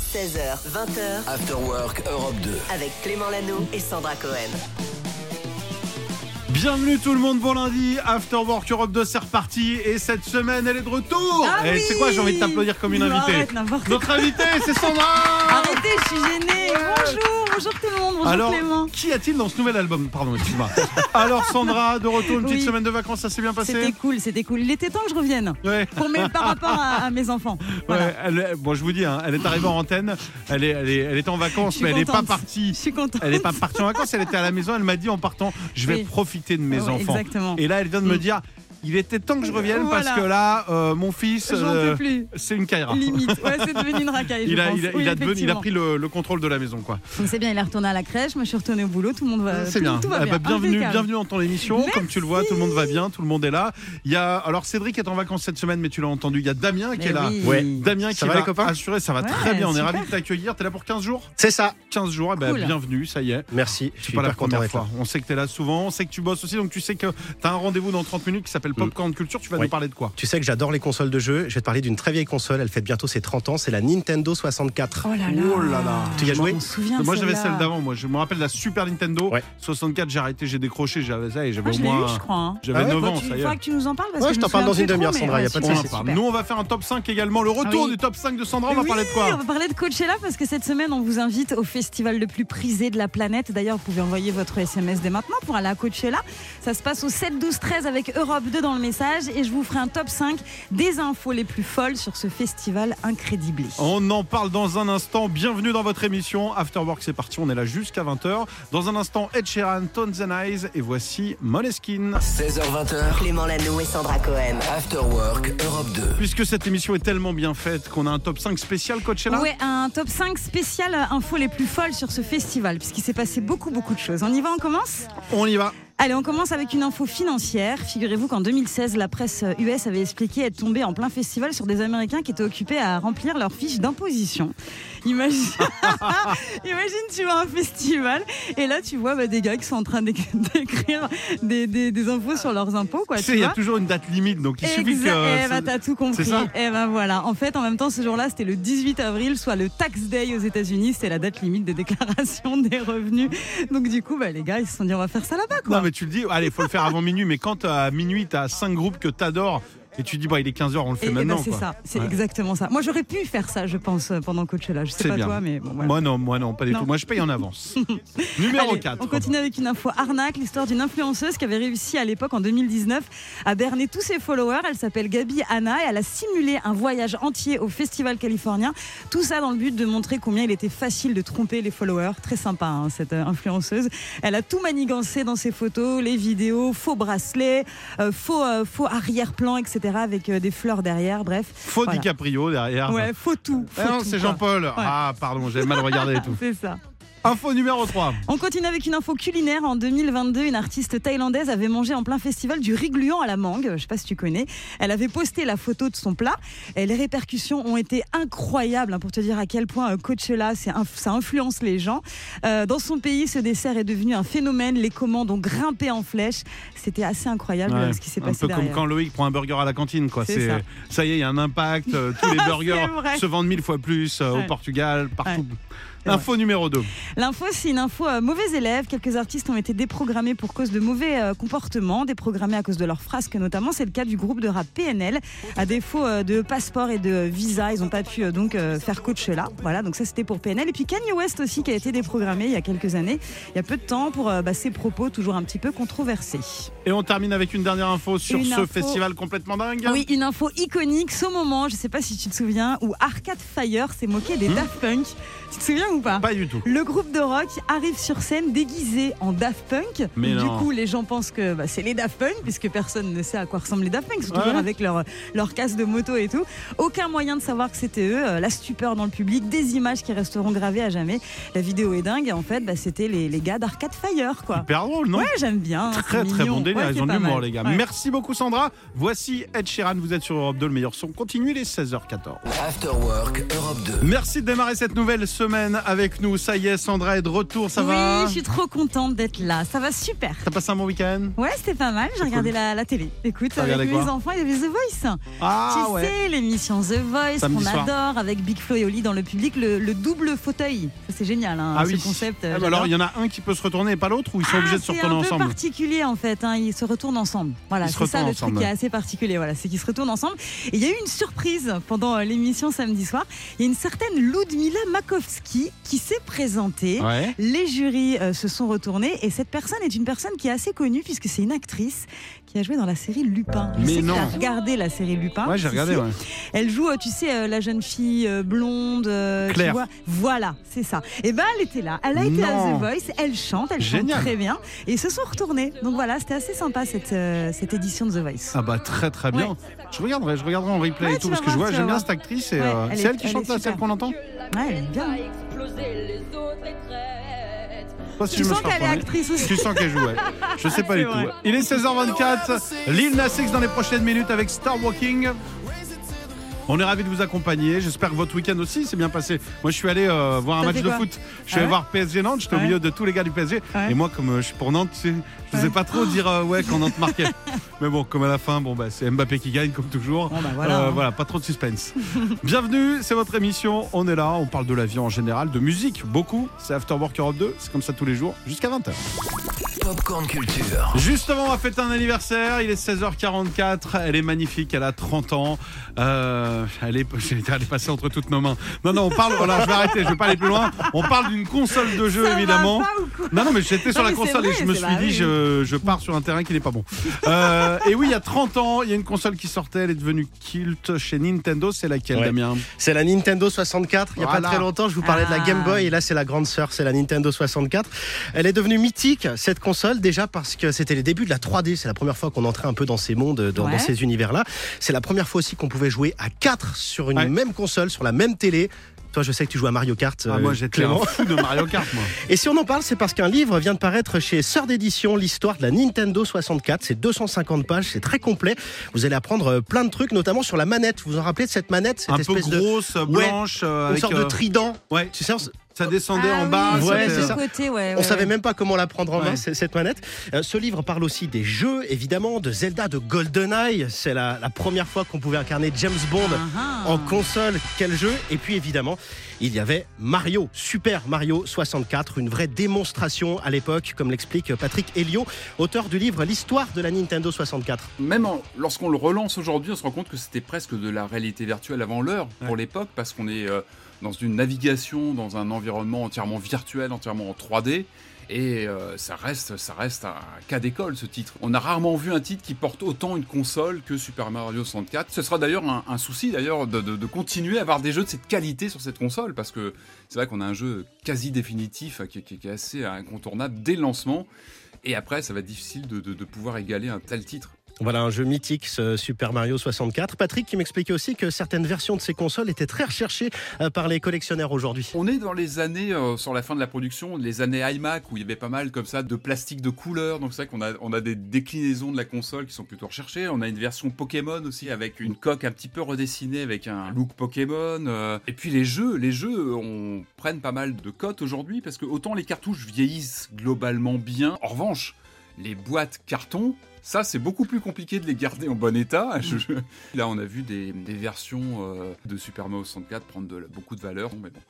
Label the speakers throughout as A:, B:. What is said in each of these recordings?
A: 16h, 20h
B: After Work Europe 2.
A: avec Clément Lano et Sandra Cohen.
C: Bienvenue tout le monde, bon lundi, After Work Europe 2, c'est reparti et cette semaine elle est de retour
D: Ah
C: Et
D: oui
C: tu sais quoi, j'ai envie de t'applaudir comme une
D: Non,
C: invitée.
D: arrête, n'importe quoi.
C: Notre invitée, c'est Sandra
D: Arrêtez, je suis gênée. Bonjour, bonjour tout le monde, bonjour
C: Alors,
D: Clément.
C: qu'y a-t-il dans ce nouvel album Pardon, excuse-moi. Alors Sandra, de retour, une petite
D: Oui.
C: semaine de vacances, ça s'est bien
D: C'était
C: passé
D: cool, c'était cool. Il était temps que je revienne.
C: Ouais.
D: Pour mes, par rapport à, à mes enfants. Voilà.
C: Ouais, elle est- bon, je vous dis, hein, elle est arrivée en antenne, elle est, elle est, elle est en vacances,
D: Je suis
C: mais elle n'est pas
D: contente.
C: partie.
D: Je suis contente.
C: Elle n'est pas partie en vacances, elle était à la maison, elle m'a dit en partant, je vais
D: Oui.
C: profiter de mes
D: Ah ouais,
C: enfants.
D: exactement.
C: Et là, elle vient de me
D: Mm.
C: dire, il était temps que je revienne parce
D: Voilà.
C: que là, euh, mon fils,
D: J'en
C: euh,
D: peux plus.
C: c'est une caïra.
D: Limite. Ouais, c'est devenu une racaille. je
C: Il a,
D: pense.
C: il, a,
D: Oui,
C: il a devenu- il a
D: effectivement.
C: pris le, le contrôle de la maison, quoi.
D: Donc C'est bien, il est retourné à la crèche. Moi, je suis retournée au boulot. Tout le monde va.
C: c'est
D: Euh, tout-
C: bien.
D: Tout va
C: Ah
D: bien.
C: bah, bienvenue,
D: Impeccable.
C: bienvenue dans ton émission. Comme tu le vois, tout le monde va bien, tout le monde est là. Il y a, alors Cédric est en vacances cette semaine, mais tu l'as entendu. Il y a Damien qui
D: Mais
C: est là.
D: oui.
E: Ouais.
C: Damien
E: Ça
C: qui
E: va,
C: va
E: les copains
C: assurer, ça va
D: Ouais,
C: très bien. On est
D: super.
C: ravis de t'accueillir. T'es là pour 15 jours
E: C'est ça.
C: 15 jours, eh ben,
D: Cool.
C: bienvenue, ça y est.
E: Merci. Je
C: C'est
E: suis
C: pas la
E: hyper content
C: première
E: d'être là.
C: fois. On sait que t'es là souvent, on sait que tu bosses aussi, donc tu sais que t'as un rendez-vous dans 30 minutes qui s'appelle Popcorn Culture. Tu vas
E: Mm. Oui.
C: nous parler de quoi
E: Tu sais que j'adore les consoles de jeux. Je vais te parler d'une très vieille console. Elle fête bientôt ses 30 ans. C'est la Nintendo 64.
D: Oh là là.
C: Oh là là.
E: Tu y as
D: Je
E: joué
D: m'en souviens de
C: Moi j'avais
D: celle-là.
C: celle d'avant, moi je me rappelle la Super Nintendo
E: Ouais.
C: 64, j'ai arrêté, j'ai décroché, j'avais ça et j'avais
D: Ah,
C: au
D: je l'ai
C: moins
D: eu, je crois. hein.
C: j'avais
E: Ah ouais,
C: 9
E: bah,
C: ans,
D: Tu-
C: ça y
D: Il faudra
C: est.
D: que tu nous en parles. Parce
E: Ouais,
D: que
E: je
D: me
E: t'en parle
D: souviens
E: dans une
D: plus
E: demi-heure,
D: trop, mais
E: Sandra, y a
D: ouais,
E: pas de
C: On en
E: c'est
D: super.
C: parle. Nous on va faire un top 5 également, le retour
D: Ah oui.
C: du top 5 de Sandra, on va
D: Oui,
C: parler de
D: on
C: quoi
D: va parler de Coachella parce que cette semaine, on vous invite au festival le plus prisé de la planète. D'ailleurs, vous pouvez envoyer votre SMS dès maintenant pour aller à Coachella. Ça se passe au 7, 12, 13 avec Europe 2 dans le message et je vous ferai un top 5 des infos les plus folles sur ce festival incrédible.
C: On en parle dans un instant. Bienvenue dans votre émission After Work, c'est parti. On est là jusqu'à 20h. Dans un instant, Ed Sheeran, Tones and Eyes et voici Moleskine.
B: 16h20h,
A: Clément Lano et Sandra Cohen.
B: After Work Europe 2.
C: Puisque cette émission est tellement bien faite qu'on a un top 5 spécial Coachella.
D: Ouais, un top 5 spécial euh, infos les plus folles sur ce festival puisqu'il s'est passé beaucoup beaucoup de choses. On y va, on commence
C: On y va.
D: Allez, on commence avec une info financière. Figurez-vous qu'en 2016, la presse US avait expliqué être tombée en plein festival sur des Américains qui étaient occupés à remplir leurs fiches d'imposition. Imagine... Imagine, tu vas à un festival et là, tu vois bah, des gars qui sont en train d'éc- d'écrire des, des- des infos sur leurs impôts. Quoi,
C: Tu
D: Bah, tu
C: sais, il y a
D: vois.
C: toujours une date limite, donc il suffit que.
D: Exact. Eh ben,
C: ça-
D: t'as tout compris.
C: c'est ça
D: Eh ben, voilà. En fait, en même temps, ce jour-là, c'était le 18 avril, soit le Tax Day aux États-Unis. C'est la date limite de déclaration des revenus. Donc, du coup, bah, les gars, ils se sont dit, on va faire ça là-bas, quoi.
C: Non, mais tu le dis, allez, faut le faire avant minuit, mais quand à minuit, t'as 5 groupes que t'adores et tu dis, bah, il est 15h, on le fait
D: Et- et
C: maintenant.
D: ben, c'est
C: quoi.
D: ça, c'est
C: Ouais.
D: exactement ça. Moi j'aurais pu faire ça, je pense, euh, pendant Coachella. Je sais
C: C'est
D: pas
C: bien.
D: toi, mais bon, voilà.
C: Moi, non, moi, non, pas du
D: Non.
C: tout. Moi, je paye en avance. Numéro
D: Allez,
C: 4.
D: On continue avec une info arnaque, l'histoire d'une influenceuse qui avait réussi à l'époque en 2019 à berner tous ses followers. Elle s'appelle Gabi Anna et elle a simulé un voyage entier au festival californien. Tout ça dans le but de montrer combien il était facile de tromper les followers. Très sympa hein, cette euh, influenceuse. Elle a tout manigancé dans ses photos, les vidéos, faux bracelets, euh, faux, euh, faux arrière-plan, etc. avec euh, des fleurs derrière. Bref.
C: Faux
D: Voilà.
C: DiCaprio derrière.
D: Ouais, faut tout. faut
C: Ah non,
D: tout,
C: c'est
D: quoi.
C: Jean-Paul. Ah, pardon, j'avais mal regardé et tout.
D: C'est ça.
C: Info numéro 3.
D: On continue avec une info culinaire. En 2022, une artiste thaïlandaise avait mangé en plein festival du rigluant à la mangue. Je sais pas si tu connais. Elle avait posté la photo de son plat. Et les répercussions ont été incroyables hein, pour te dire à quel point euh, Coachella, c'est inf- ça influence les gens. Euh, dans son pays, ce dessert est devenu un phénomène. Les commandes ont grimpé en flèche. C'était assez incroyable
C: Ouais,
D: euh, ce qui s'est
C: un
D: passé
C: peu
D: derrière.
C: comme quand Loïc prend un burger à la cantine, quoi.
D: C'est
C: C'est ça.
D: ça.
C: y est, il y a un impact. euh, tous les burgers
D: vrai.
C: se vendent mille fois plus euh, au
D: Ouais.
C: Portugal, partout.
D: C'est
C: Info numéro 2.
D: L'info, c'est une info euh, mauvais élève. Quelques artistes ont été déprogrammés pour cause de mauvais euh, comportements, déprogrammés à cause de leurs frasques notamment. C'est le cas du groupe de rap PNL. À défaut euh, de passeport et de visa, ils n'ont pas pu euh, donc euh, faire coach là. Voilà, donc ça c'était pour PNL. Et puis Kanye West aussi qui a été déprogrammé il y a quelques années, il y a peu de temps, pour euh, bah, ses propos toujours un petit peu controversés.
C: Et on termine avec une dernière info sur
D: Une
C: ce
D: info-
C: festival complètement dingue.
D: Oui, une info iconique, ce moment, je ne sais pas si tu te souviens, où Arcade Fire s'est moqué des
C: Hmm.
D: Daft Punk. Tu te souviens ou
C: Pas du tout.
D: Le groupe de rock arrive sur scène déguisé en Daft Punk.
C: Mais
D: du
C: non.
D: coup, les gens pensent que bah, c'est les Daft Punk, puisque personne ne sait à quoi ressemblent les Daft Punk. Ils sont
C: Ouais.
D: toujours avec leur, leur casque de moto et tout. Aucun moyen de savoir que c'était eux. Euh, La stupeur dans le public, des images qui resteront gravées à jamais. La vidéo est dingue. Et en fait, bah, c'était les, les gars d'Arcade Fire, quoi.
C: Hyper drôle, non
D: Ouais, j'aime bien. hein, c'est
C: Très très
D: mignon.
C: bon délire,
D: Ouais,
C: ils
D: c'est
C: ont de
D: pas
C: l'humour
D: mal.
C: les gars.
D: Ouais.
C: Merci beaucoup Sandra. Voici Ed Sheeran, vous êtes sur Europe 2, le meilleur son. Continue les 16h14.
B: After Work Europe 2.
C: Merci de démarrer cette nouvelle semaine avec nous. Ça y est, Sandra. Alexandra est de retour, ça
D: oui,
C: va
D: je suis trop contente d'être là. Ça va super.
C: T'as passé un bon week-end
D: Ouais, c'était pas mal. J'ai regardé la, la télé. Écoute,
C: T'as
D: avec
C: regardé
D: mes
C: quoi
D: enfants, il y avait The Voice. tu sais, l'émission The Voice
C: Ah Samedi
D: qu'on
C: soir.
D: adore avec Big Flo et Oli dans le public, le, le double fauteuil. Ça, C'est génial, hein,
C: Ah
D: ce
C: oui.
D: concept.
C: Ah
D: euh,
C: bah
D: j'adore.
C: alors, il y en a un qui peut se retourner et pas l'autre, ou ils sont
D: Ah,
C: obligés de se retourner
D: C'est un
C: ensemble
D: peu particulier en fait, hein, ils se retournent ensemble. Voilà,
C: Ils se
D: c'est ça
C: retournent
D: le
C: ensemble.
D: truc qui est assez particulier, voilà, c'est qu'ils se retournent ensemble. Et il y a eu une surprise pendant euh, l'émission samedi soir. Il y a une certaine Ludmila Makovski qui s'est présentée.
C: Ouais.
D: Les jurys euh, se sont retournés et cette personne est une personne qui est assez connue puisque c'est une actrice qui a joué dans la série Lupin. Je
C: Mais
D: sais que
C: non.
D: t'as regardé la série Lupin.
C: Ouais, j'ai
D: Si,
C: regardé,
D: si.
C: ouais.
D: Elle joue, euh, tu sais, euh, la jeune fille euh, blonde. euh, tu
C: Claire.
D: vois. Voilà, c'est ça. Et ben, elle était là. Elle a été à
C: Non.
D: The Voice. Elle chante, elle
C: Génial.
D: chante très bien. Et ils se sont retournés. Donc voilà, c'était assez sympa cette, euh, cette édition de The Voice.
C: Ah bah très très bien.
D: Ouais.
C: Je regarderai, je regarderai en replay
D: Ouais,
C: et tout
D: tu
C: parce
D: vas
C: que je vois,
D: voir, tu
C: j'aime
D: vas
C: bien
D: voir.
C: cette actrice et
D: Ouais,
C: euh,
D: elle
C: c'est
D: est-
C: elle qui
D: elle
C: chante
D: est
C: là,
D: super.
C: celle qu'on entend.
D: Ouais, elle est bien. hein.
C: Pas si
D: Tu
C: je me
D: sens
C: suis
D: qu'elle est
C: retourné.
D: actrice aussi. Ah,
C: Tu sens qu'elle joue, ouais. Je sais pas
D: C'est
C: du tout.
D: vrai.
C: ouais. Il est 16h24, Lil Nas X dans les prochaines minutes avec Star Walking. On est ravis de vous accompagner. J'espère que votre week-end aussi s'est bien passé. Moi, je suis allé euh, voir un
D: T'as
C: match
D: fait
C: de
D: quoi
C: foot. Je suis
D: Ah
C: allé
D: ouais
C: voir PSG Nantes. J'étais au
D: Ouais.
C: milieu de tous les gars du PSG.
D: Ouais.
C: Et moi, comme euh, je suis pour Nantes, tu sais, je ne sais
D: Ouais.
C: pas trop dire euh, ouais quand Nantes marquait. Mais bon, comme à la fin, bon, bah, c'est Mbappé qui gagne comme toujours.
D: Bon, bah, voilà, hein.
C: Euh, voilà, pas trop de suspense. Bienvenue, c'est votre émission. On est là, on parle de la vie en général, de musique, beaucoup. C'est After Work Europe 2. C'est comme ça tous les jours jusqu'à 20h.
B: Popcorn Culture.
C: Justement, on va fêter un anniversaire. Il est 16h44. Elle est magnifique. Elle a 30 ans. Euh, elle, est, j'allais dire, elle est passée entre toutes nos mains. Non, non, on parle. Voilà, je vais arrêter. Je vais pas aller plus loin. On parle d'une console de jeu,
D: Ça va
C: évidemment.
D: pas ou quoi
C: Non, non, mais j'étais sur
D: Non,
C: la
D: mais c'est
C: console et
D: vrai,
C: je me
D: c'est
C: suis
D: bah
C: dit,
D: oui.
C: je, je pars sur un terrain qui n'est pas bon. Euh, et oui, il y a 30 ans, il y a une console qui sortait. Elle est devenue culte chez Nintendo. C'est laquelle,
E: Ouais.
C: Damien
E: C'est la Nintendo 64. Il n'y a
C: Voilà.
E: pas très longtemps, je vous parlais de la
D: Ah.
E: Game Boy et là, c'est la grande sœur, c'est la Nintendo 64. Elle est devenue mythique, cette console, déjà parce que c'était les débuts de la 3D. C'est la première fois qu'on entrait un peu dans ces mondes, dans,
D: Ouais.
E: dans ces univers-là. C'est la première fois aussi qu'on pouvait jouer à 4 sur une
C: Ouais.
E: même console, sur la même télé. Toi, je sais que tu joues à Mario Kart.
C: Ah,
E: euh,
C: Moi, j'étais un
E: Clément.
C: fou de Mario Kart, moi.
E: Et si on en parle, c'est parce qu'un livre vient de paraître chez Sœur d'édition, l'histoire de la Nintendo 64. C'est 250 pages, c'est très complet. Vous allez apprendre euh, plein de trucs, notamment sur la manette. Vous vous en rappelez de cette manette, cette
C: Un peu
E: espèce de
C: grosse, blanche, euh,
E: une
C: avec.
E: sorte
C: euh,
E: de trident.
C: ouais,
E: Tu sais, on, s-
C: ça descendait
D: Ah
C: en
D: oui,
C: bas.
D: sur
E: Ouais,
D: les
C: c'était- euh,
E: c'est
D: deux
E: ça.
D: côtés, ouais,
E: on
D: ouais,
E: savait
D: ouais.
E: même pas comment la prendre en main,
C: Ouais.
E: c- cette manette. Euh, ce livre parle aussi des jeux, évidemment, de Zelda, de GoldenEye. C'est la, la première fois qu'on pouvait incarner James Bond
D: Ah, ah.
E: en console, quel jeu Et puis évidemment, il y avait Mario, Super Mario 64, une vraie démonstration à l'époque, comme l'explique Patrick Helio, auteur du livre L'histoire de la Nintendo 64.
F: Même en- lorsqu'on le relance aujourd'hui, on se rend compte que c'était presque de la réalité virtuelle avant l'heure pour l'époque, parce qu'on est euh, dans une navigation, dans un environnement entièrement virtuel, entièrement en 3D. Et euh, ça, reste, ça reste un cas d'école, ce titre. On a rarement vu un titre qui porte autant une console que Super Mario 64. Ce sera d'ailleurs un, un souci d'ailleurs de, de- de continuer à avoir des jeux de cette qualité sur cette console, parce que c'est vrai qu'on a un jeu quasi définitif euh, qui, qui- qui est assez incontournable dès le lancement. Et après, ça va être difficile de- de- de pouvoir égaler un tel titre.
E: Voilà un jeu mythique, ce Super Mario 64. Patrick qui m'expliquait aussi que certaines versions de ces consoles étaient très recherchées euh, par les collectionneurs aujourd'hui.
F: On est dans les années, euh, sur la fin de la production, les années iMac où il y avait pas mal comme ça de plastique de couleur. Donc c'est vrai qu'on a, on a des déclinaisons de la console qui sont plutôt recherchées. On a une version Pokémon aussi avec une coque un petit peu redessinée avec un look Pokémon. euh. Et puis les jeux, les jeux, on prennent pas mal de cotes aujourd'hui parce que autant les cartouches vieillissent globalement bien. En revanche, les boîtes carton, ça c'est beaucoup plus compliqué de les garder en bon état. Je- je- Là on a vu des, des versions euh, de Super Mario 64 prendre de- beaucoup de valeur, mais bon.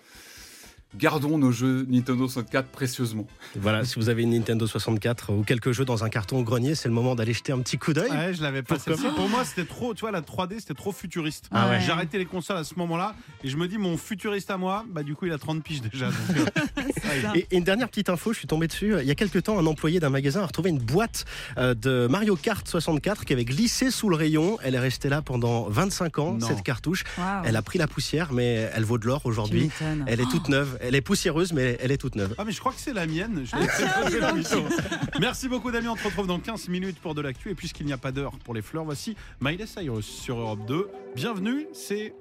F: Gardons nos jeux Nintendo 64 précieusement.
E: Voilà, si vous avez une Nintendo 64 ou quelques jeux dans un carton au grenier, c'est le moment d'aller jeter un petit coup d'œil.
C: Ouais, je l'avais pas.
E: Pourquoi
C: celle-ci. Pour moi, c'était trop. Tu vois, la 3D, c'était trop futuriste.
D: Ah ouais.
C: J'ai arrêté les consoles à ce moment-là et je me dis, mon futuriste à moi, bah du coup, il a 30 piges déjà. donc, euh,
D: C'est ça.
E: Et et une dernière petite info, je suis tombé dessus. Il y a quelques temps, un employé d'un magasin a retrouvé une boîte euh, de Mario Kart 64 qui avait glissé sous le rayon. Elle est restée là pendant 25 ans,
C: Non.
E: cette cartouche.
D: Waouh.
E: Elle a pris la poussière, mais elle vaut de l'or
D: Tu
E: aujourd'hui.
D: m'étonnes. Oh.
E: Elle est toute neuve. Elle est poussiéreuse, mais elle est toute neuve.
C: Ah, mais je crois que c'est la mienne. Je l'ai fait la vidéo. Merci beaucoup, Damien. On te retrouve dans 15 minutes pour de l'actu. Et puisqu'il n'y a pas d'heure pour les fleurs, voici Miley Cyrus sur Europe 2. Bienvenue, c'est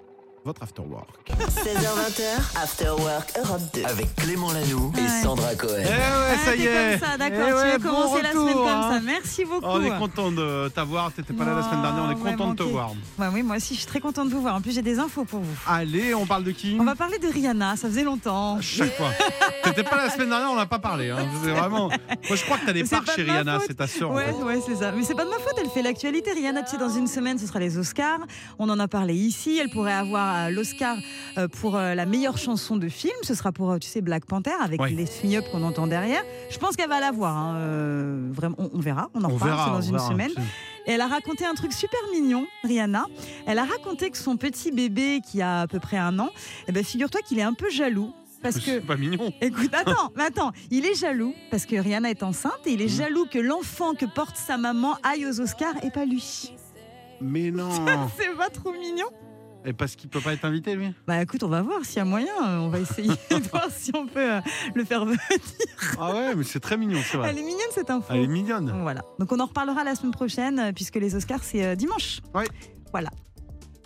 C: votre After Work.
A: 16h20h, After Work Europe 2.
B: Avec Clément Lanoux
A: Et
D: Ouais.
A: Sandra
C: Eh
A: Cohen.
C: ouais,
D: Ah,
C: ça
D: t'es
C: y est.
D: Comme ça,
C: Eh
D: d'accord.
C: ouais,
D: tu veux
C: bon
D: commencer la semaine
C: retour,
D: comme
C: hein.
D: ça. Merci beaucoup.
C: On est content de t'avoir, t'étais pas là la semaine dernière, on est
D: Ouais,
C: content de te
D: manqué.
C: voir.
D: Ouais, oui, moi aussi, je suis très contente de vous voir. En plus, j'ai des infos pour vous.
C: Allez, on parle de qui
D: On va parler de Rihanna. Ça faisait longtemps.
C: Chaque fois. T'étais pas là la semaine dernière, on n'a pas parlé. hein. C'est vraiment. Moi, je crois que t'as des
D: C'est
C: parts
D: pas de
C: chez
D: ma
C: Rihanna,
D: faute.
C: c'est ta sœur. en
D: Ouais,
C: fait.
D: ouais, c'est ça. Mais c'est pas de ma faute, elle fait l'actualité. Rihanna, tu sais, dans une semaine, ce sera les Oscars. On en a parlé ici. Elle pourrait avoir euh, l'Oscar euh, pour euh, la meilleure chanson de film. Ce sera pour, euh, tu sais, Black Panther avec
C: Ouais.
D: les signes qu'on entend derrière. Je pense qu'elle va l'avoir. hein. Euh, vraiment, on, on verra. On en
C: On
D: reparle
C: verra
D: c'est dans
C: on
D: une
C: verra.
D: semaine. Et elle a raconté un truc super mignon, Rihanna. Elle a raconté que son petit bébé, qui a à peu près un an, eh ben, figure-toi qu'il est un peu jaloux. Parce que
C: C'est pas mignon.
D: Écoute, attends, mais attends, il est jaloux parce que Rihanna est enceinte et il
C: Mm.
D: est jaloux que l'enfant que porte sa maman aille aux Oscars et pas lui.
C: Mais non.
D: C'est pas trop mignon
C: Et parce qu'il peut pas être invité, lui
D: Bah écoute, on va voir s'il y a moyen, euh, on va essayer de voir si on peut euh, le faire venir.
C: Ah ouais, mais c'est très mignon, c'est vrai.
D: Elle est mignonne cette info.
C: Elle est mignonne.
D: Voilà, donc on en reparlera la semaine prochaine euh, puisque les Oscars c'est euh, dimanche.
C: Ouais.
D: Voilà.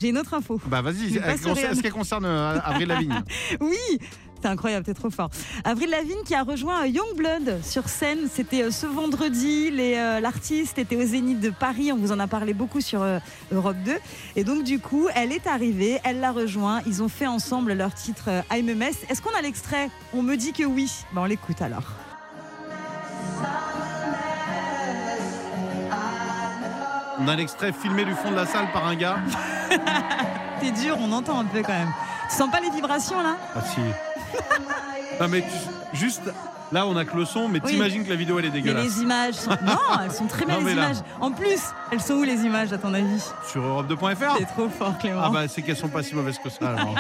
D: J'ai une autre info.
C: Bah vas-y,
D: Mais pas
C: elle
D: sur
C: concer-
D: Rihanna.
C: est-ce qu'elle concerne euh, Avril Lavigne
D: Oui, c'est incroyable, t'es trop fort. Avril Lavigne qui a rejoint euh, Youngblood sur scène, c'était euh, ce vendredi. Les, euh, L'artiste était au Zénith de Paris, on vous en a parlé beaucoup sur euh, Europe 2. Et donc du coup, elle est arrivée, elle l'a rejoint, ils ont fait ensemble leur titre euh, I'm a Mess. Est-ce qu'on a l'extrait On me dit que oui. Ben, on l'écoute alors.
C: On a l'extrait filmé du fond de la salle par un gars.
D: T'es dur, on entend un peu quand même. Tu sens pas les vibrations là
C: Ah si. Non mais tu- juste là on a que le son, mais
D: Oui.
C: t'imagines que la vidéo elle est
D: Mais
C: dégueulasse.
D: les images sont... Non, elles sont très belles
C: Non, mais
D: les
C: là-
D: images. En plus, elles sont où les images à ton avis
C: Sur Europe2.fr
D: T'es trop fort Clément.
C: Ah bah c'est qu'elles sont pas si mauvaises que ça. alors.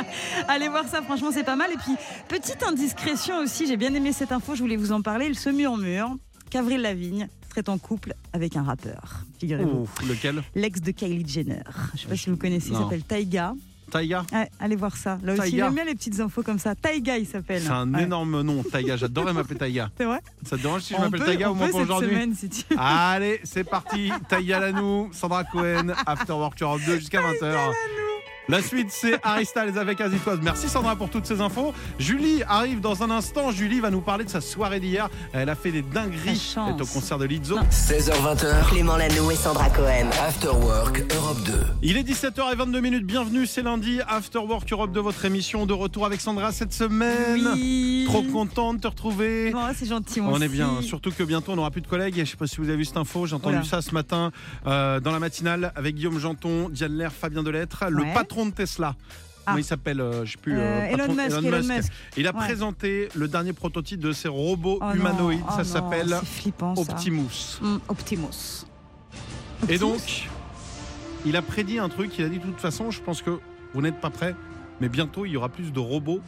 D: Allez voir ça, franchement, c'est pas mal. Et puis, petite indiscrétion aussi, j'ai bien aimé cette info, je voulais vous en parler. Il se murmure qu'Avril Lavigne serait en couple avec un rappeur, figurez-vous.
C: Ouf, lequel
D: L'ex de Kylie Jenner. Je sais pas si vous connaissez, il
C: Oh. Non.
D: s'appelle Taiga.
C: Taiga
D: Ouais, allez voir ça. Là aussi,
C: Taiga.
D: j'aime bien les petites infos comme ça. Taiga, il s'appelle.
C: C'est un
D: Ouais.
C: énorme nom, Taiga. J'adorerais m'appeler Taiga.
D: C'est vrai
C: Ça te dérange si je
D: On
C: m'appelle
D: peut-
C: Taiga au
D: on
C: moins
D: peut
C: pour
D: cette
C: aujourd'hui
D: semaine, si tu veux.
C: Allez, c'est parti. Taiga Lanou, Sandra Cohen, After Work Europe 2 jusqu'à 20h. La suite, c'est Harry Styles avec Azitoise. Merci Sandra pour toutes ces infos. Julie arrive dans un instant. Julie va nous parler de sa soirée d'hier. Elle a fait des
D: La
C: dingueries.
D: chance.
C: Elle est au concert de Lizzo.
B: 16h20h,
A: Clément Lanoux et Sandra Cohen.
B: After Work Europe 2.
C: Il est 17h22 minutes. Bienvenue, c'est lundi. After Work Europe de votre émission. De retour avec Sandra cette semaine.
D: Oui.
C: Trop content de te retrouver.
D: Bon, ah, c'est gentil.
C: On est
D: aussi.
C: bien, surtout que bientôt on n'aura plus de collègues. Et je ne sais pas si vous avez vu cette info, j'ai entendu
D: Oula.
C: ça ce matin euh, dans la matinale avec Guillaume Janton, Diane Ler, Fabien Delettre, le
D: Ouais.
C: patron de Tesla. Comment
D: Ah.
C: il s'appelle euh, Je sais plus.
D: Euh,
C: euh,
D: Elon,
C: patron-
D: Musk, Elon Musk.
C: Il a
D: Ouais.
C: présenté le dernier prototype de ses robots
D: Oh non,
C: humanoïdes.
D: oh
C: ça
D: non,
C: s'appelle
D: c'est flippant, ça.
C: Optimus.
D: Hum, Optimus.
C: Et
D: Optimus.
C: donc, il a prédit un truc. Il a dit de toute façon, je pense que vous n'êtes pas prêts, mais bientôt il y aura plus de robots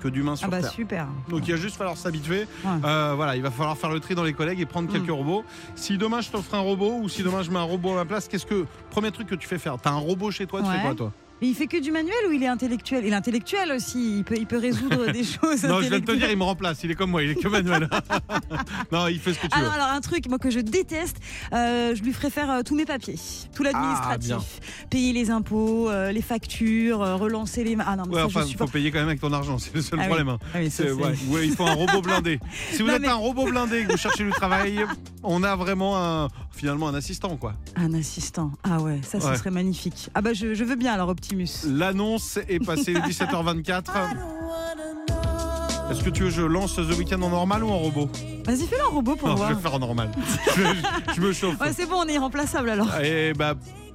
C: que d'humains sur
D: Ah bah
C: Terre.
D: super.
C: Donc il va juste falloir s'habituer.
D: Ouais.
C: Euh, voilà, il va falloir faire le tri dans les collègues et prendre
D: Mm.
C: quelques robots. Si demain je t'offre un robot ou si demain je mets un robot à ma place, qu'est-ce que premier truc que tu fais faire T'as un robot chez toi, tu fais
D: Ouais.
C: quoi toi
D: Mais il fait que du manuel ou il est intellectuel Il est intellectuel aussi, il peut, il peut résoudre des choses.
C: Non, je viens de te
D: intellectuelles.
C: dire, il me remplace. Il est comme moi, il est que manuel. non, il fait ce que tu veux.
D: Alors, alors, un truc moi que je déteste, euh, je lui ferai faire euh, tous mes papiers, tout
C: Ah,
D: l'administratif, payer les impôts, euh, les factures, euh, relancer les. Ah non, mais
C: Ouais,
D: ça,
C: enfin,
D: je
C: faut
D: supporte.
C: payer quand même avec ton argent, c'est le seul
D: Ah oui.
C: problème. hein.
D: Ah oui, ça,
C: C'est-
D: c'est-
C: ouais, ouais, il faut un robot blindé. Si vous
D: Non,
C: êtes
D: mais-
C: un robot blindé et que vous cherchez du travail, on a vraiment un, finalement un assistant quoi.
D: Un assistant. Ah ouais, ça, ce
C: Ouais.
D: serait magnifique. Ah bah je, je veux bien alors Optimus.
C: L'annonce est passée 17h24. Est-ce que tu veux que je lance The Weeknd en normal ou en robot
D: Vas-y, fais-le en robot pour
C: Non,
D: voir.
C: je vais faire en normal. je, je- je me chauffe.
D: Ouais, c'est bon, on est irremplaçable alors.
C: Et bah,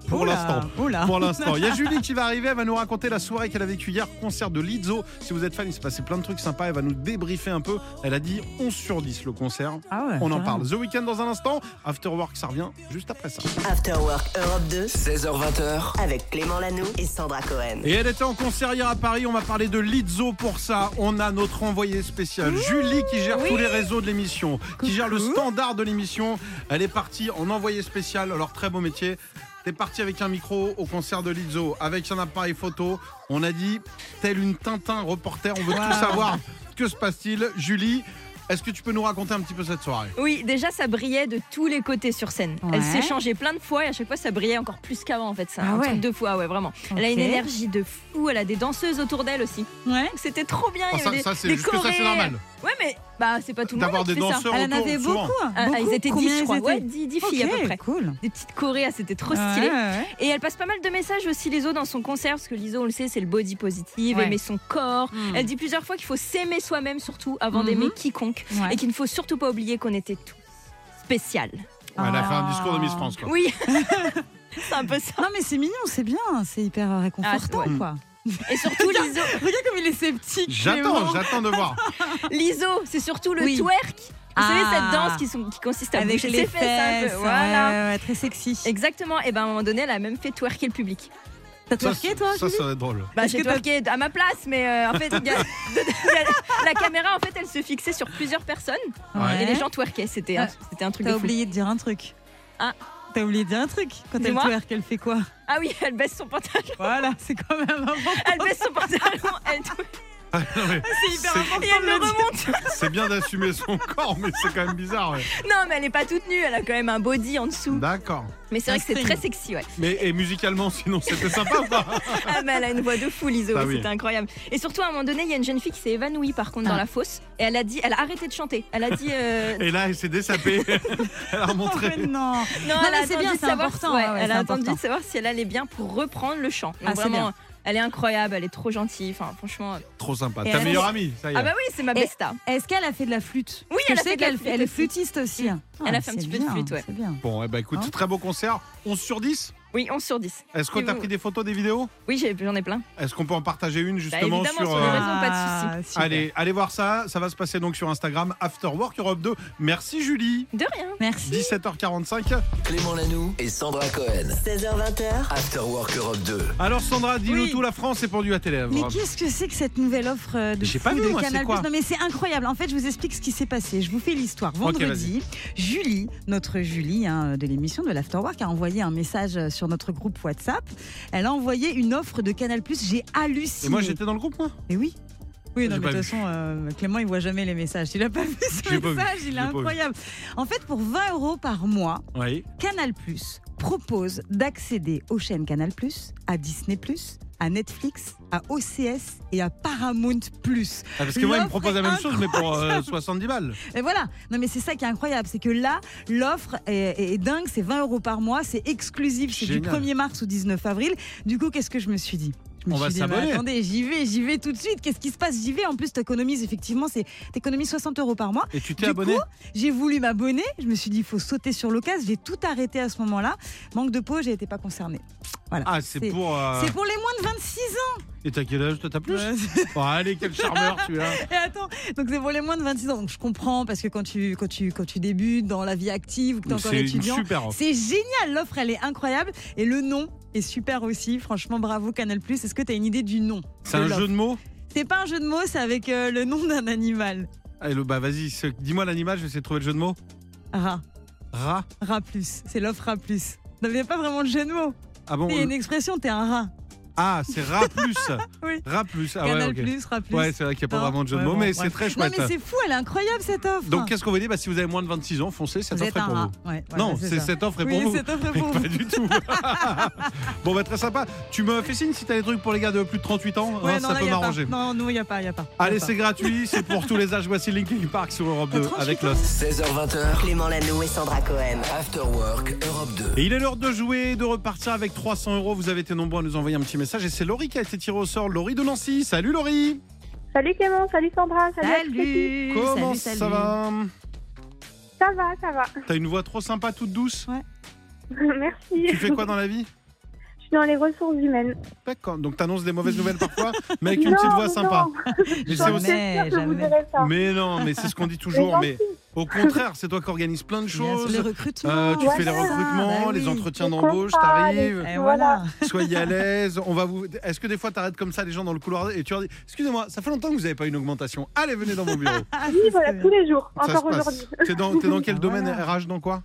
C: pour
D: Oula,
C: l'instant.
D: oula.
C: Pour l'instant. Il y a Julie qui va arriver, elle va nous raconter la soirée qu'elle a vécue hier, concert de Lizzo. Si vous êtes fan, il s'est passé plein de trucs sympas, elle va nous débriefer un peu. Elle a dit 11 sur 10 le concert.
D: Ah ouais,
C: On en
D: carrément.
C: parle. The Weeknd dans un instant. After Work, ça revient juste après ça.
A: After Work Europe 2
B: 16h20h,
A: avec Clément Lanoux et Sandra Cohen.
C: Et elle était en concert hier à Paris, on va parler de Lizzo pour ça. On a notre envoyée spéciale,
G: Mmh.
C: Julie, qui gère tous les réseaux de l'émission, qui gère le standard de l'émission. Elle est partie en envoyée spéciale, alors très beau métier. T'es partie avec un micro au concert de Lizzo, avec un appareil photo. On a dit, telle une Tintin reporter, on veut tout savoir. Que se passe-t-il Julie, Est-ce que tu peux nous raconter un petit peu cette soirée
G: Oui, déjà ça brillait de tous les côtés sur scène.
D: Ouais.
G: Elle s'est changée plein de fois et à chaque fois ça brillait encore plus qu'avant en fait. C'est
D: Ah
G: un
D: ouais.
G: truc de fou, ah ouais vraiment. Elle a
D: Ok.
G: une énergie de fou, elle a des danseuses autour d'elle aussi.
D: Ouais.
G: Donc, C'était trop bien,
C: Ah,
G: il y
C: ça,
G: avait des,
C: ça, c'est
G: des
C: jusque ça,
G: chorés.
C: c'est normal.
G: Ouais mais bah c'est pas tout le monde
C: D'avoir
G: qui
C: des
G: fait ça.
C: danseurs
D: Elle en
C: autour,
D: avait beaucoup.
C: souvent.
G: Ah,
D: beaucoup.
G: ils étaient
D: Combien
G: 10 je crois,
D: ils étaient
G: ouais 10, 10 filles à
D: Ok,
G: peu près.
D: Cool.
G: Des petites chorées, ah, c'était trop stylé.
D: Ouais, ouais.
G: Et elle passe pas mal de messages aussi, Liso, dans son concert, parce que Liso, on le sait, c'est le body positive,
D: Ouais.
G: aimer son corps.
D: Mm.
G: Elle dit plusieurs fois qu'il faut s'aimer soi-même, surtout, avant d'aimer
D: Mhm.
G: quiconque.
D: Ouais.
G: Et qu'il ne faut surtout pas oublier qu'on était tous spécial.
C: Elle a fait un
D: Ah.
C: discours de Miss France. Quoi.
G: Oui, c'est un peu ça.
D: Non mais c'est mignon, c'est bien, c'est hyper euh, réconfortant
G: Ah,
D: quoi.
G: Et surtout, Liso,
D: Regarde comme il est sceptique.
C: J'attends, j'attends de voir.
G: Liso c'est surtout le
D: Oui.
G: twerk. Vous savez,
D: Ah.
G: cette danse qui, sont- qui consiste à
D: avec
G: bouger
D: les
G: ses fesses un peu.
D: fesses,
G: Voilà.
D: ouais, ouais, très sexy.
G: Exactement. Et ben à un moment donné, elle a même fait twerker le public.
D: T'as
C: Ça,
D: twerké toi
C: ça, ça va être drôle.
G: Bah,
D: Est-ce
G: j'ai
D: que t'as-
G: twerké à ma place, mais euh, en fait, il y a- la caméra, en fait, elle se fixait sur plusieurs personnes.
D: Ouais.
G: Et les gens twerkaient, c'était un,
D: Ah.
G: c'était un truc de
D: T'as
G: fou.
D: oublié de dire un truc.
G: Ah.
D: T'as oublié de dire un truc. Quand elle
G: Dis-moi.
D: twerk, elle fait quoi
G: Ah oui, elle baisse son pantalon.
D: Voilà, c'est quand même important.
G: Elle baisse son pantalon. Elle twerk
C: Non, mais
D: C'est hyper
C: C'est-
D: important.
G: et elle
D: de
G: le
D: le dire.
G: remonte.
C: C'est bien d'assumer son corps, mais c'est quand même bizarre. ouais.
G: Non, mais elle est pas toute nue. Elle a quand même un body en dessous.
D: Bah,
C: D'accord.
G: Mais c'est
D: Un
G: vrai que c'est
D: string.
G: très sexy, ouais.
C: Mais et musicalement, sinon, c'était sympa ou pas
G: Ah, mais elle a une voix de fou, Liso.
C: Ah oui.
G: C'était incroyable. Et surtout, à un moment donné, il y a une jeune fille qui s'est évanouie, par contre, dans
D: Ah.
G: la fosse. Et elle a dit, elle a arrêté de chanter. Elle a dit. euh,
C: Et là, elle s'est dessapée. Elle a
D: Oh,
C: remontré.
D: mais non.
G: Non,
D: Non,
G: elle
D: mais
G: a
D: c'est
G: attendu
D: bien,
G: de
D: c'est
G: savoir-
D: important,
G: ouais,
D: ouais, ouais,
G: elle a
D: c'est
G: attendu
D: important.
G: de savoir si elle allait bien pour reprendre le chant. Donc
D: Ah, c'est
G: vraiment,
D: bien.
G: elle est incroyable, elle est trop gentille. Enfin, franchement.
C: Trop sympa.
G: Et
C: Ta
G: elle-
C: meilleure amie, ça y est.
G: Ah bah oui, c'est ma
D: Et-
G: besta.
D: Est-ce qu'elle a fait de la flûte
G: Oui,
D: Parce que
G: elle
D: je
G: a
D: sais
G: fait de la
D: qu'elle
G: flûte
D: Elle est
G: aussi.
D: flûtiste aussi.
G: Elle a fait un
D: c'est
G: petit peu de
D: bien,
G: flûte, ouais.
D: C'est bien.
C: Bon, eh bah écoute,
D: Hein
C: très beau concert. 11 sur 10.
G: Oui, 11 sur dix.
C: Est-ce que
G: Et
C: t'as
G: vous
C: pris des photos, des vidéos
G: Oui, j'ai- j'en ai plein.
C: Est-ce qu'on peut en partager une justement
G: évidemment, sur les
C: euh,
G: réseaux. pas de
D: Ah, super.
C: Allez, allez voir ça. Ça va se passer donc sur Instagram After Work Europe 2. Merci Julie.
G: De rien.
D: Merci.
C: 17h45.
B: Clément Lanoux et Sandra Cohen.
A: 16h20h,
B: After Work Europe 2.
C: Alors Sandra, dis-nous
D: Oui.
C: tout. La France est pendue à tes lèvres.
D: Mais qu'est-ce que c'est que cette nouvelle offre euh, de,
C: J'ai
D: fou
C: pas vu,
D: de
C: moi, c'est
D: Canal+.
C: quoi
D: Non mais c'est incroyable. En fait, je vous explique ce qui s'est passé. Je vous fais l'histoire.
C: vas-y.
D: Vendredi, Julie, notre Julie hein, de l'émission de l'Afterwork, a envoyé un message euh, sur notre groupe WhatsApp. Elle a envoyé une offre de Canal+. J'ai halluciné.
C: Et moi j'étais dans le groupe moi.
D: Mais oui. Oui, non,
C: J'ai
D: mais
C: pas
D: de
C: vu.
D: toute façon, euh, Clément, il voit jamais les messages. Il a pas vu ce
C: J'ai pas vu.
D: message,
C: J'ai
D: il est
C: pas vu.
D: incroyable. En fait, pour 20 euros par mois,
C: Oui.
D: Canal propose d'accéder aux chaînes Canal à Disney à Netflix, à OCS et à Paramount
C: Ah, parce que moi ils me
D: L'offre
C: proposent la
D: est
C: même chose mais pour euh, 70 balles.
D: Et voilà. Non, mais c'est ça qui est incroyable, c'est que là, l'offre est, est- est dingue. C'est 20 euros par mois, c'est exclusif, c'est du
C: Génial.
D: 1er mars au 19 avril. Du coup, qu'est-ce que je me suis dit je me
C: On
D: suis
C: va
D: dit,
C: s'abonner.
D: mais attendez, j'y vais, j'y vais tout de suite. Qu'est-ce qui se passe J'y vais. En plus, t'économises effectivement, c'est t'économises 60 euros par mois.
C: Et tu t'es
D: Du
C: abonné
D: coup, j'ai voulu m'abonner. Je me suis dit, il faut sauter sur l'occasion. J'ai tout arrêté à ce moment-là. Manque de peau, j'ai été pas concernée. Voilà.
C: Ah c'est pour. euh,
D: C'est pour les moins de 26 ans.
C: Et t'as quel âge toi t'as plus
D: Ouais,
C: Oh, Allez quel charmeur tu as.
D: Et Eh, attends, donc c'est pour les moins de 26 ans. Donc je comprends parce que quand tu quand tu quand tu débutes dans la vie active ou que t'es encore
C: C'est une
D: étudiant,
C: super offre.
D: c'est génial. L'offre elle est incroyable et le nom est super aussi. Franchement, bravo Canal+. Est-ce que t'as une idée du nom
C: C'est
D: de
C: un
D: l'offre
C: jeu de mots.
D: C'est pas un jeu de mots, c'est avec euh, le nom d'un animal.
C: Allez, le- bah vas-y, ce- dis-moi l'animal, je vais essayer de trouver le jeu de mots.
D: Rat,
C: Rat.
D: rat plus. C'est l'offre rat plus. Non, mais y a pas vraiment de jeu de mots.
C: Ah bon
D: Il y a une
C: le-
D: expression, t'es un rat.
C: Ah, c'est rat plus.
D: Oui.
C: Rat plus. Ah ouais,
D: Canal
C: ok.
D: plus, rat plus.
C: Ouais, c'est vrai qu'il n'y a pas
D: Hein
C: vraiment de jeu de
D: Ouais,
C: mots,
D: bon,
C: mais
D: ouais.
C: c'est très
D: non
C: chouette.
D: mais c'est fou, elle est incroyable cette offre.
C: Donc qu'est-ce qu'on vous dit bah, Si vous avez moins de 26 ans, foncez, cette
D: vous
C: offre
D: êtes
C: est
D: un
C: pour
D: rat.
C: vous.
D: Ouais, voilà,
C: non,
D: c'est
C: c'est-
D: ça.
C: cette offre est
D: Oui,
C: pour vous.
D: cette offre est
C: Mais
D: pour vous.
C: pas du tout. bon, bah très sympa. Tu me fais signe si t'as des trucs pour les gars de plus de 38 ans,
D: Ouais,
C: hein,
D: non,
C: ça
D: là,
C: peut
D: y a pas.
C: m'arranger.
D: Non, non, il n'y a pas, il a pas. Y a
C: Allez,
D: pas.
C: c'est gratuit, c'est pour tous les âges. Voici Linkin Park sur Europe 2
D: 38
C: avec
D: ans.
C: Lost.
B: 16h20h.
A: Clément Lanoux et Sandra Cohen.
B: After Work Europe 2.
C: Et il est l'heure de jouer, de repartir avec 300 euros. Vous avez été nombreux à nous envoyer un petit message et c'est Laurie qui a été tirée au sort. Laurie de Nancy. Salut Laurie.
H: Salut Clément, salut Sandra, salut, à toute
D: Salut
H: l'équipe.
C: Comment
D: salut, salut.
C: ça va
H: Ça va, ça va.
C: T'as une voix trop sympa, toute douce.
H: Merci.
C: Tu fais quoi dans la vie
H: Je suis dans les ressources humaines.
C: D'accord. Donc t'annonces des mauvaises nouvelles parfois, mais avec une
H: Non,
C: petite voix
H: non.
C: sympa. Mais
H: Je
C: c'est
H: suis
C: aussi-
D: Jamais,
H: sûre que vous
D: jamais.
H: direz ça.
C: Mais non, mais c'est ce qu'on dit toujours. Mais au contraire, c'est toi qui organise plein de
D: Bien sûr,
C: choses.
D: Les recrutements.
C: Euh, tu
H: Ouais,
C: fais les
H: c'est ça.
C: recrutements,
D: Ah, Bah oui.
C: les entretiens
H: Les
C: d'embauche,
H: contrats,
C: t'arrives.
D: Et voilà.
H: Voilà.
C: Soyez à l'aise. On va vous. Est-ce que des fois t'arrêtes comme ça les gens dans le couloir et tu leur dis Excusez-moi, ça fait longtemps que vous n'avez pas une augmentation. Allez, venez dans mon bureau.
D: Ah,
H: Oui,
D: c'est
H: voilà,
D: ça.
H: tous les jours,
C: ça se
H: encore
C: passe.
H: aujourd'hui.
C: T'es dans, t'es dans quel
D: Ah,
C: domaine
D: voilà.
C: RH dans quoi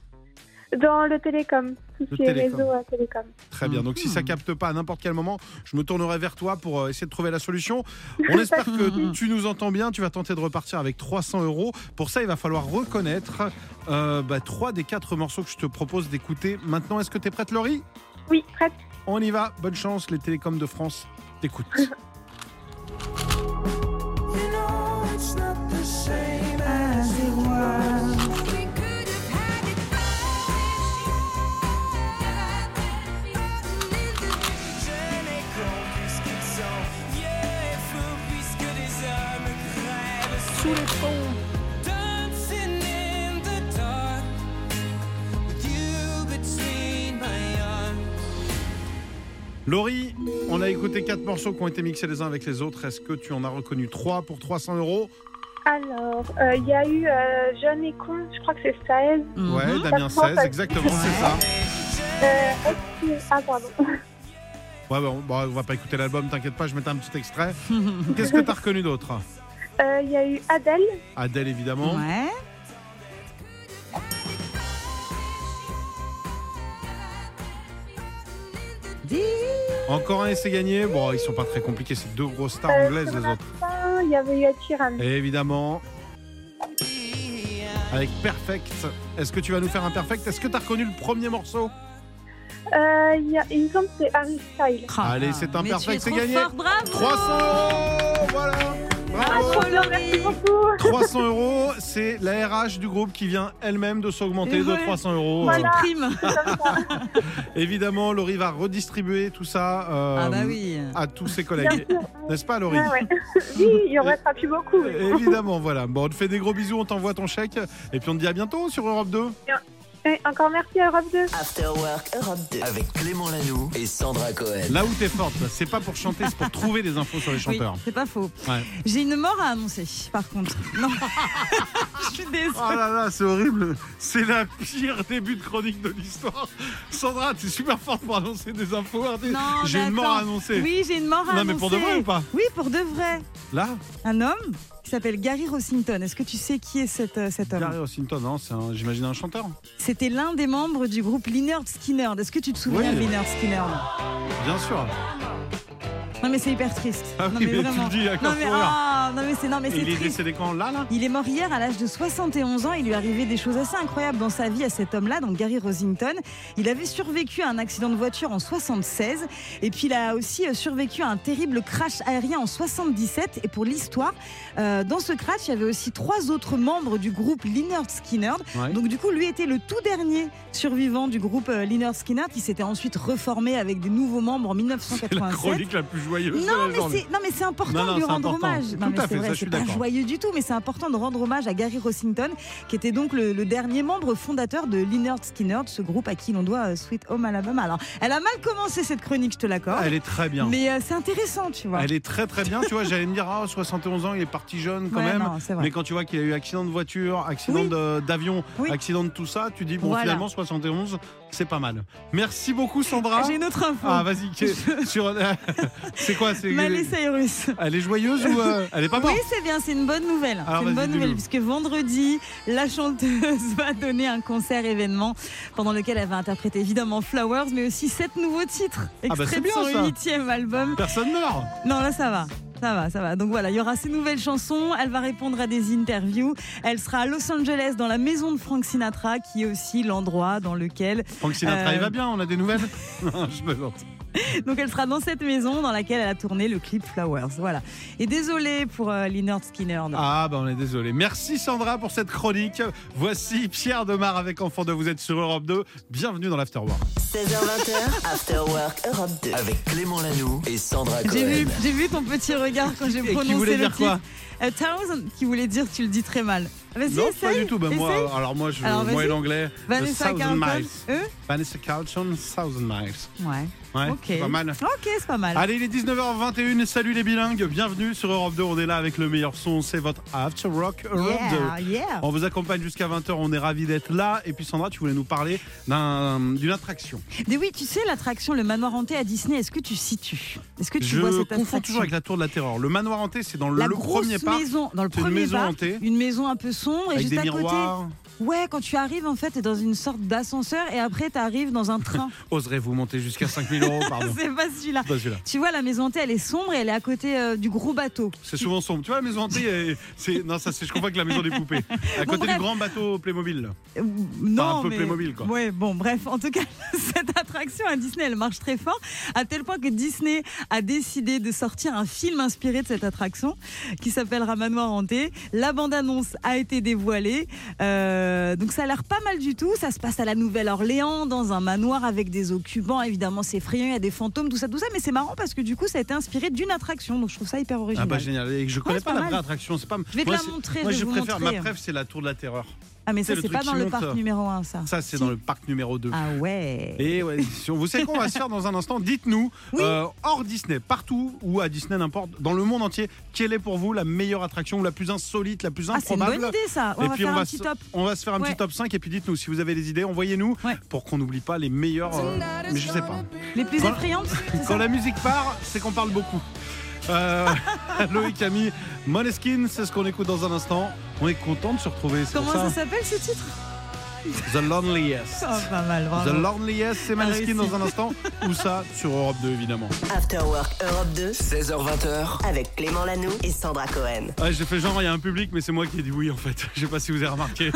H: Dans le télécom, tout ce
C: Le
H: qui est
C: télécom.
H: réseau à télécom.
C: Très bien. Donc si
D: Hmm.
C: ça capte pas à n'importe quel moment, je me tournerai vers toi pour euh, essayer de trouver la solution. On espère que tu nous entends bien. Tu vas tenter de repartir avec 300 euros. Pour ça, il va falloir reconnaître euh, bah, trois des quatre morceaux que je te propose d'écouter. Maintenant, est-ce que tu es prête, Laurie
H: Oui, prête.
C: On y va. Bonne chance. Les télécoms de France t'écoutent. Laurie, on a écouté quatre morceaux qui ont été mixés les uns avec les autres. Est-ce que tu en as reconnu trois pour 300 euros
H: Alors, euh, il y a eu euh, Jeune et Con, je crois que c'est Sahel.
C: Ouais, Damien
D: Mhm.
H: Mhm. Quatre fois,
C: 16,
H: pas-
C: exactement, c'est ça.
H: Euh, est-ce que- ah, pardon.
C: Ouais, bon, bon, on va pas écouter l'album, t'inquiète pas, je mettais un petit extrait. Qu'est-ce que t'as reconnu d'autre
H: Euh, Il y a eu Adèle.
C: Adèle, évidemment.
D: Ouais.
C: Encore un essai gagné. Bon, ils sont pas très compliqués, c'est deux grosses stars
H: Euh,
C: anglaises, les
H: Sandra
C: autres.
H: Cohen, ben, Il y avait eu Atiran.
C: Et évidemment. Avec Perfect. Est-ce que tu vas nous faire un Perfect Est-ce que t'as reconnu le premier morceau
H: Euh, il y a- il me semble que c'est Harry Styles.
D: Ah,
C: Allez, c'est un
D: mais
C: perfect,
D: tu
C: c'est
D: es trop
C: gagné.
D: fort, bravo
C: 300 euros Voilà
H: Ah,
C: Bravo
H: Merci beaucoup.
C: 300 euros, c'est la RH du groupe qui vient elle-même de s'augmenter
D: Et
C: de
D: ouais.
C: 300 euros.
H: Voilà.
D: Petite prime.
C: Évidemment, Laurie va redistribuer tout ça euh,
D: Ah bah oui.
C: à tous ses collègues. N'est-ce pas, Laurie
H: Ouais, Ah ouais. Oui, il y en restera plus beaucoup.
C: Euh,
H: mais bon.
C: Évidemment, voilà. Bon, on te fait des gros bisous, on t'envoie ton chèque et puis on te dit à bientôt sur Europe 2.
H: Et encore merci à Europe 2.
A: After Work Europe 2.
B: Avec Clément Lanoux et Sandra Cohen.
C: Là où t'es forte, là, c'est pas pour chanter, c'est pour trouver des infos sur les
D: Oui,
C: chanteurs.
D: c'est pas faux.
C: Ouais.
D: J'ai une mort à annoncer, par contre. Non. Je suis désolée.
C: Oh là là, c'est horrible. C'est la pire début de chronique de l'histoire. Sandra, t'es super forte pour annoncer des infos.
D: Non,
C: J'ai
D: mais
C: une mort
D: attends.
C: à annoncer.
D: Oui, j'ai une mort à
C: non,
D: annoncer.
C: mais pour de vrai ou pas
D: Oui, pour de vrai.
C: Là
D: Un homme qui s'appelle Gary Rossington. Est-ce que tu sais qui est cet, euh, cet homme
C: Gary Rossington, non, hein, c'est un- j'imagine un chanteur.
D: C'était l'un des membres du groupe Lynyrd Skynyrd. Est-ce que tu te souviens
C: Oui.
D: de Lynyrd Skynyrd
C: Bien sûr.
D: Ah, Non mais c'est hyper triste.
C: Ah
D: non,
C: oui, mais tu le dis avec
D: non
C: un
D: mais,
C: sourire.
D: ah, non mais c'est non mais
C: Et
D: c'est
C: il est
D: triste.
C: décédé quand Là, là
D: Il est mort hier à l'âge de 71 ans. Il lui arrivait des choses assez incroyables dans sa vie à cet homme-là, donc Gary Rosington. Il avait survécu à un accident de voiture en 76 et puis il a aussi euh, survécu à un terrible crash aérien en 77. Et pour l'histoire, euh, dans ce crash, il y avait aussi trois autres membres du groupe Lynyrd Skynyrd.
C: Ouais.
D: Donc du coup, lui était le tout dernier survivant du groupe euh, Lynyrd Skynyrd qui s'était ensuite reformé avec des nouveaux membres en
C: La
D: 1987.
C: chronique la plus joyeuse
D: Ah, Non
C: de la
D: mais,
C: journée.
D: c'est, non, mais c'est important
C: Non, non,
D: de lui
C: c'est
D: rendre
C: important.
D: hommage. Non,
C: Tout
D: mais
C: à
D: c'est
C: fait,
D: vrai,
C: ça, je suis
D: c'est pas
C: d'accord.
D: joyeux du tout, mais c'est important de rendre hommage à Gary Rossington, qui était donc le, le dernier membre fondateur de Lynyrd Skynyrd, ce groupe à qui l'on doit euh, Sweet Home Alabama. Alors, elle a mal commencé cette chronique, je te l'accorde,
C: Ah, Elle est très bien.
D: mais euh, c'est intéressant, tu vois.
C: Elle est très très bien. Tu vois, j'allais me dire, ah, 71 ans, il est parti jeune quand
D: Ouais,
C: même.
D: non, c'est vrai.
C: Mais quand tu vois qu'il a eu accident de voiture, accident
D: Oui.
C: de- d'avion,
D: Oui.
C: accident de tout ça, tu dis, bon,
D: Voilà.
C: finalement, 71, c'est pas mal. Merci beaucoup, Sandra.
D: J'ai une autre info.
C: Ah, vas-y. que- sur- c'est quoi c'est-
D: Miley Cyrus.
C: Elle est joyeuse ou euh, elle est pas
D: Oui,
C: morte
D: c'est bien, c'est une bonne nouvelle.
C: Alors,
D: C'est
C: vas-y,
D: une bonne nouvelle,
C: dis-nous.
D: puisque vendredi, la chanteuse va donner un concert événement pendant lequel elle va interpréter évidemment Flowers, mais aussi sept nouveaux titres
C: bah, c'est
D: extraits
C: bien,
D: de
C: ça.
D: son huitième album.
C: Personne meurt.
D: Non, là, ça va. Ça va, ça va. Donc voilà, il y aura ses nouvelles chansons. Elle va répondre à des interviews. Elle sera à Los Angeles dans la maison de Frank Sinatra, qui est aussi l'endroit dans lequel.
C: Franck Sinatra,
D: Euh,
C: il va bien, on a des nouvelles Non, Je plaisante.
D: Donc elle sera dans cette maison dans laquelle elle a tourné le clip Flowers. Voilà. Et désolé pour euh, Lynyrd Skinner.
C: Ah, bah on est désolé. Merci Sandra pour cette chronique. Voici Pierre Demar avec Enfant de Vous êtes sur Europe 2. Bienvenue dans l'Afterwork.
A: 16h20, After Work Europe 2.
B: Avec Clément Lanoux et Sandra
D: J'ai
B: Cohen.
D: vu, j'ai vu ton petit regard quand j'ai
C: Et qui
D: prononcé
C: voulait
D: le
C: dire quoi
D: titre. A thousand, qui voulait dire tu le dis très mal. Vas-y,
C: Non,
D: essaye.
C: pas du tout. Bah, moi,
D: essaye.
C: euh, alors moi, je,
D: Alors,
C: moi
D: vas-y.
C: et l'anglais.
D: Vanessa
C: the Thousand
D: Carlton.
C: Miles.
D: Eux
C: Vanessa Carlton, Thousand Miles.
D: Ouais.
C: Ouais,
D: ok.
C: c'est pas mal.
D: Ok, c'est pas mal.
C: Allez, il est 19h21. Salut les bilingues. Bienvenue sur Europe 2. On est là avec le meilleur son. C'est votre After Rock Europe 2.
D: yeah, yeah.
C: On vous accompagne jusqu'à 20h. On est ravis d'être là. Et puis Sandra, tu voulais nous parler d'un- d'une attraction.
D: Mais oui, tu sais, l'attraction Le Manoir Hanté à Disney, est-ce que tu situes Est-ce que tu
C: Je
D: vois cette
C: confonds
D: attraction
C: toujours avec la Tour de la Terreur. Le manoir hanté, c'est dans
D: La
C: le
D: grosse
C: premier parc.
D: maison, dans le
C: C'est une
D: premier
C: maison
D: parc,
C: hantée.
D: une maison un peu sombre et
C: Avec
D: juste
C: des
D: à côté.
C: miroirs.
D: Ouais, quand tu arrives, en fait, t'es dans une sorte d'ascenseur et après, t'arrives dans un train.
C: Oserez-vous monter jusqu'à 5000 euros, pardon
D: C'est pas celui-là.
C: C'est pas celui-là.
D: Tu vois, la maison hantée, elle est sombre et elle est à côté euh, du gros bateau.
C: C'est souvent sombre. Tu vois, la maison hantée, elle- c'est. Non, ça, c'est. Je comprends que la maison des poupées. À
D: Bon,
C: côté
D: bref.
C: du grand bateau Playmobil. là.
D: Euh, Non,
C: un peu
D: mais...
C: Playmobil, quoi.
D: Ouais, bon, bref. En tout cas, cette attraction à Disney, elle marche très fort, à tel point que Disney a décidé de sortir un film inspiré de cette attraction qui s'appellera Manoir Hanté. La bande-annonce a été dévoilée. Euh, donc, ça a l'air pas mal du tout. Ça se passe à la Nouvelle-Orléans, dans un manoir avec des occupants. Évidemment, c'est effrayant, il y a des fantômes, tout ça, tout ça. Mais c'est marrant parce que du coup, ça a été inspiré d'une attraction. Donc, je trouve ça hyper
C: Ah
D: original.
C: bah génial. Et je connais
D: c'est
C: pas,
D: pas
C: la
D: mal.
C: vraie attraction. C'est pas.
D: Je vais te
C: Moi,
D: la
C: c'est-
D: montrer,
C: Moi,
D: je
C: je
D: vais vous
C: préfère.
D: montrer. hein.
C: Ma préf, c'est la tour de la terreur.
D: Ah, mais ça,
C: C'est le
D: c'est pas
C: truc
D: dans
C: qui
D: le
C: monte.
D: parc numéro 1, ça.
C: Ça, c'est dans le parc numéro 2.
D: Ah ouais.
C: Et ouais, si on vous savez qu'on va se faire dans un instant, dites-nous,
D: Oui.
C: euh, hors Disney, partout ou à Disney, n'importe, dans le monde entier, quelle est pour vous la meilleure attraction ou la plus insolite, la plus
D: Ah, c'est une
C: improbable
D: bonne idée ça. Ouais,
C: et
D: on va
C: puis
D: faire
C: on, va
D: un petit
C: se,
D: top.
C: on va se faire un petit
D: Ouais.
C: top 5 et puis dites-nous si vous avez des idées, envoyez-nous
D: Ouais.
C: pour qu'on n'oublie pas les meilleurs. euh, mais je sais pas.
D: Les plus
C: Quand-
D: effrayantes c'est ça
C: Quand la musique part, c'est qu'on parle beaucoup. Euh, Loïc a mis Moneskin, c'est ce qu'on écoute dans un instant. On est content de se retrouver. c'est pour
D: Comment ça, s'appelle ce titre
C: The Loneliest.
D: Ah, Pas mal,
C: The
D: bravo.
C: Loneliest, c'est Maneskin
D: réussi.
C: dans un instant. Ou ça sur Europe 2 évidemment.
A: After Work Europe 2
B: 16h20h,
A: avec Clément Lanoux et Sandra Cohen.
C: Ouais, j'ai fait genre, il y a un public, mais c'est moi qui ai dit oui en fait. Je sais pas si vous avez remarqué.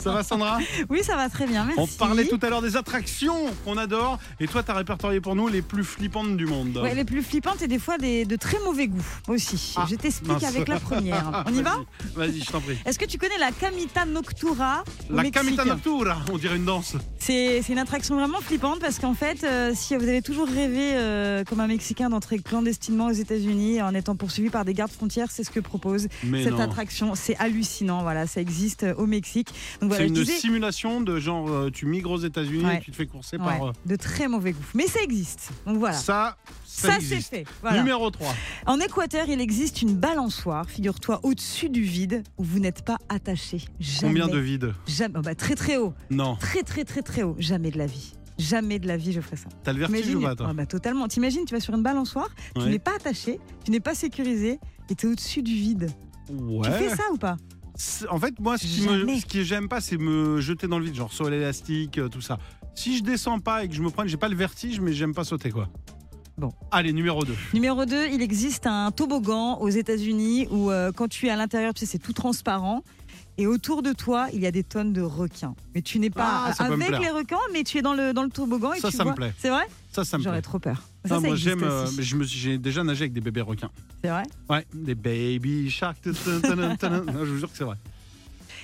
C: ça va Sandra
D: Oui, ça va très bien, merci.
C: On parlait tout à l'heure des attractions qu'on adore. Et toi, t'as répertorié pour nous les plus flippantes du monde.
D: Ouais, les plus flippantes et des fois des, de très mauvais goût aussi.
C: Ah,
D: Je t'explique
C: mince.
D: avec la première. On y va
C: Vas-y, Vas-y, je t'en prie.
D: Est-ce que tu connais la Camita Noctura au
C: La
D: Mexique
C: Camita Noctura, on dirait une danse.
D: C'est c'est une attraction vraiment flippante parce qu'en fait, euh, si vous avez toujours rêvé, euh, comme un Mexicain, d'entrer clandestinement aux États-Unis en étant poursuivi par des gardes frontières, c'est ce que propose
C: Mais
D: cette
C: non.
D: attraction. C'est hallucinant, voilà, ça existe euh, au Mexique. Donc voilà,
C: c'est
D: je
C: une
D: disais-
C: simulation de genre, euh, tu migres aux États-Unis
D: Ouais.
C: et tu te fais courser
D: Ouais,
C: par. euh,
D: de très mauvais goût. Mais ça existe. Donc voilà.
C: Ça, ça,
D: Ça, c'est
C: existe.
D: fait. Voilà.
C: Numéro 3.
D: En Équateur, il existe une balançoire, figure-toi, au-dessus du vide où vous n'êtes pas attaché. Jamais,
C: Combien de vide
D: jamais- oh bah, Très très haut.
C: Non.
D: Très très très très haut. Jamais de la vie. Jamais de la vie, je ferai ça.
C: T'as le vertige
D: Imagine-
C: ou pas, toi
D: Ah bah, Totalement. T'imagines, tu vas sur une balançoire, tu
C: Ouais.
D: n'es pas attaché, tu n'es pas sécurisé et tu es au-dessus du vide. Tu
C: Ouais.
D: fais ça ou pas
C: C'est- En fait, moi, ce qui, me,
D: Jamais.
C: ce que j'aime pas, c'est me jeter dans le vide, genre sur l'élastique, euh, tout ça. Si je descends pas et que je me prenne, j'ai pas le vertige, mais j'aime pas sauter, quoi.
D: Bon.
C: Allez, numéro 2.
D: Numéro 2, il existe un toboggan aux États-Unis où euh, quand tu es à l'intérieur, tu sais, c'est tout transparent. Et autour de toi, il y a des tonnes de requins. Mais tu n'es pas
C: Ah, ça peut me
D: avec
C: plaire.
D: les requins, mais tu es dans le, dans le toboggan et
C: Ça,
D: tu
C: ça me
D: vois.
C: plaît.
D: C'est vrai
C: Ça, ça me
D: J'aurais
C: plaît.
D: trop peur. Ça,
C: Ah,
D: ça
C: moi,
D: existe
C: j'aime. euh,
D: aussi.
C: mais je me suis- j'ai déjà nagé avec des bébés requins.
D: C'est vrai
C: Ouais, des baby sharks. tadam, tadam, tadam. Non, je vous jure que c'est vrai.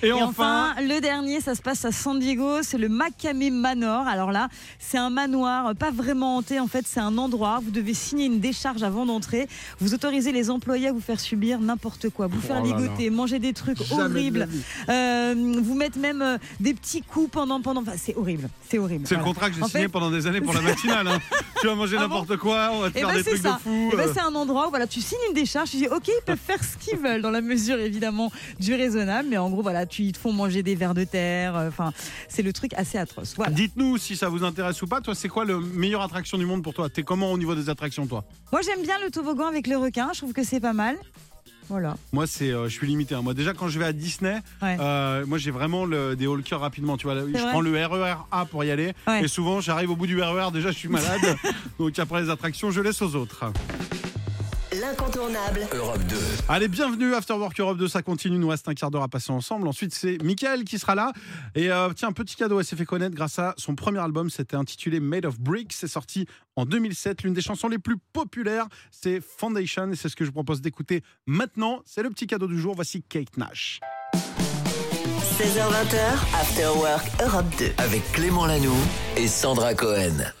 C: Et,
D: Et
C: enfin,
D: enfin, le dernier, ça se passe à San Diego, c'est le Macame Manor. Alors là, c'est un manoir, euh, pas vraiment hanté en fait, c'est un endroit. Vous devez signer une décharge avant d'entrer. Vous autorisez les employés à vous faire subir n'importe quoi, vous faire
C: Oh là là.
D: ligoter, manger des trucs
C: Jamais de la
D: horribles,
C: vie.
D: euh, vous mettre même euh, des petits coups pendant pendant. Enfin, c'est horrible, c'est horrible.
C: c'est le
D: Voilà.
C: contrat que j'ai
D: En
C: signé
D: fait-
C: pendant des années pour la matinale. hein. tu vas manger
D: Ah
C: n'importe quoi, on va te
D: Eh
C: faire
D: ben,
C: des
D: c'est
C: trucs
D: ça.
C: de fou.
D: Eh ben,
C: euh.
D: c'est un endroit où voilà, tu signes une décharge, tu dis ok, ils peuvent faire ce qu'ils veulent dans la mesure évidemment du raisonnable, mais en gros voilà, tu ils te font manger des vers de terre, euh, enfin c'est le truc assez atroce. Voilà.
C: Dites-nous si ça vous intéresse ou pas. Toi, c'est quoi le meilleure attraction du monde pour toi T'es comment au niveau des attractions, toi
D: Moi j'aime bien le toboggan avec le requin, je trouve que c'est pas mal. Voilà.
C: Moi, c'est, euh, je suis limité. hein. Moi, déjà, quand je vais à Disney,
D: Ouais.
C: euh, moi, j'ai vraiment le- des haul cœur rapidement. Tu vois, là, je
D: vrai
C: prends le RER A pour y aller.
D: Ouais.
C: Et souvent, j'arrive au bout du RER, déjà, je suis malade. Donc, après les attractions, je laisse aux autres.
A: L'incontournable
B: Europe 2.
C: Allez, bienvenue After Work Europe 2, ça continue, nous reste un quart d'heure à passer ensemble. Ensuite, c'est Mickaël qui sera là. Et euh, tiens, petit cadeau, elle s'est fait connaître grâce à son premier album, c'était intitulé Made of Bricks, c'est sorti en 2007. L'une des chansons les plus populaires, c'est Foundation, et c'est ce que je vous propose d'écouter maintenant. C'est le petit cadeau du jour, voici Kate Nash.
A: 16h20h, After Work Europe 2.
B: Avec Clément Lanoux et Sandra Cohen.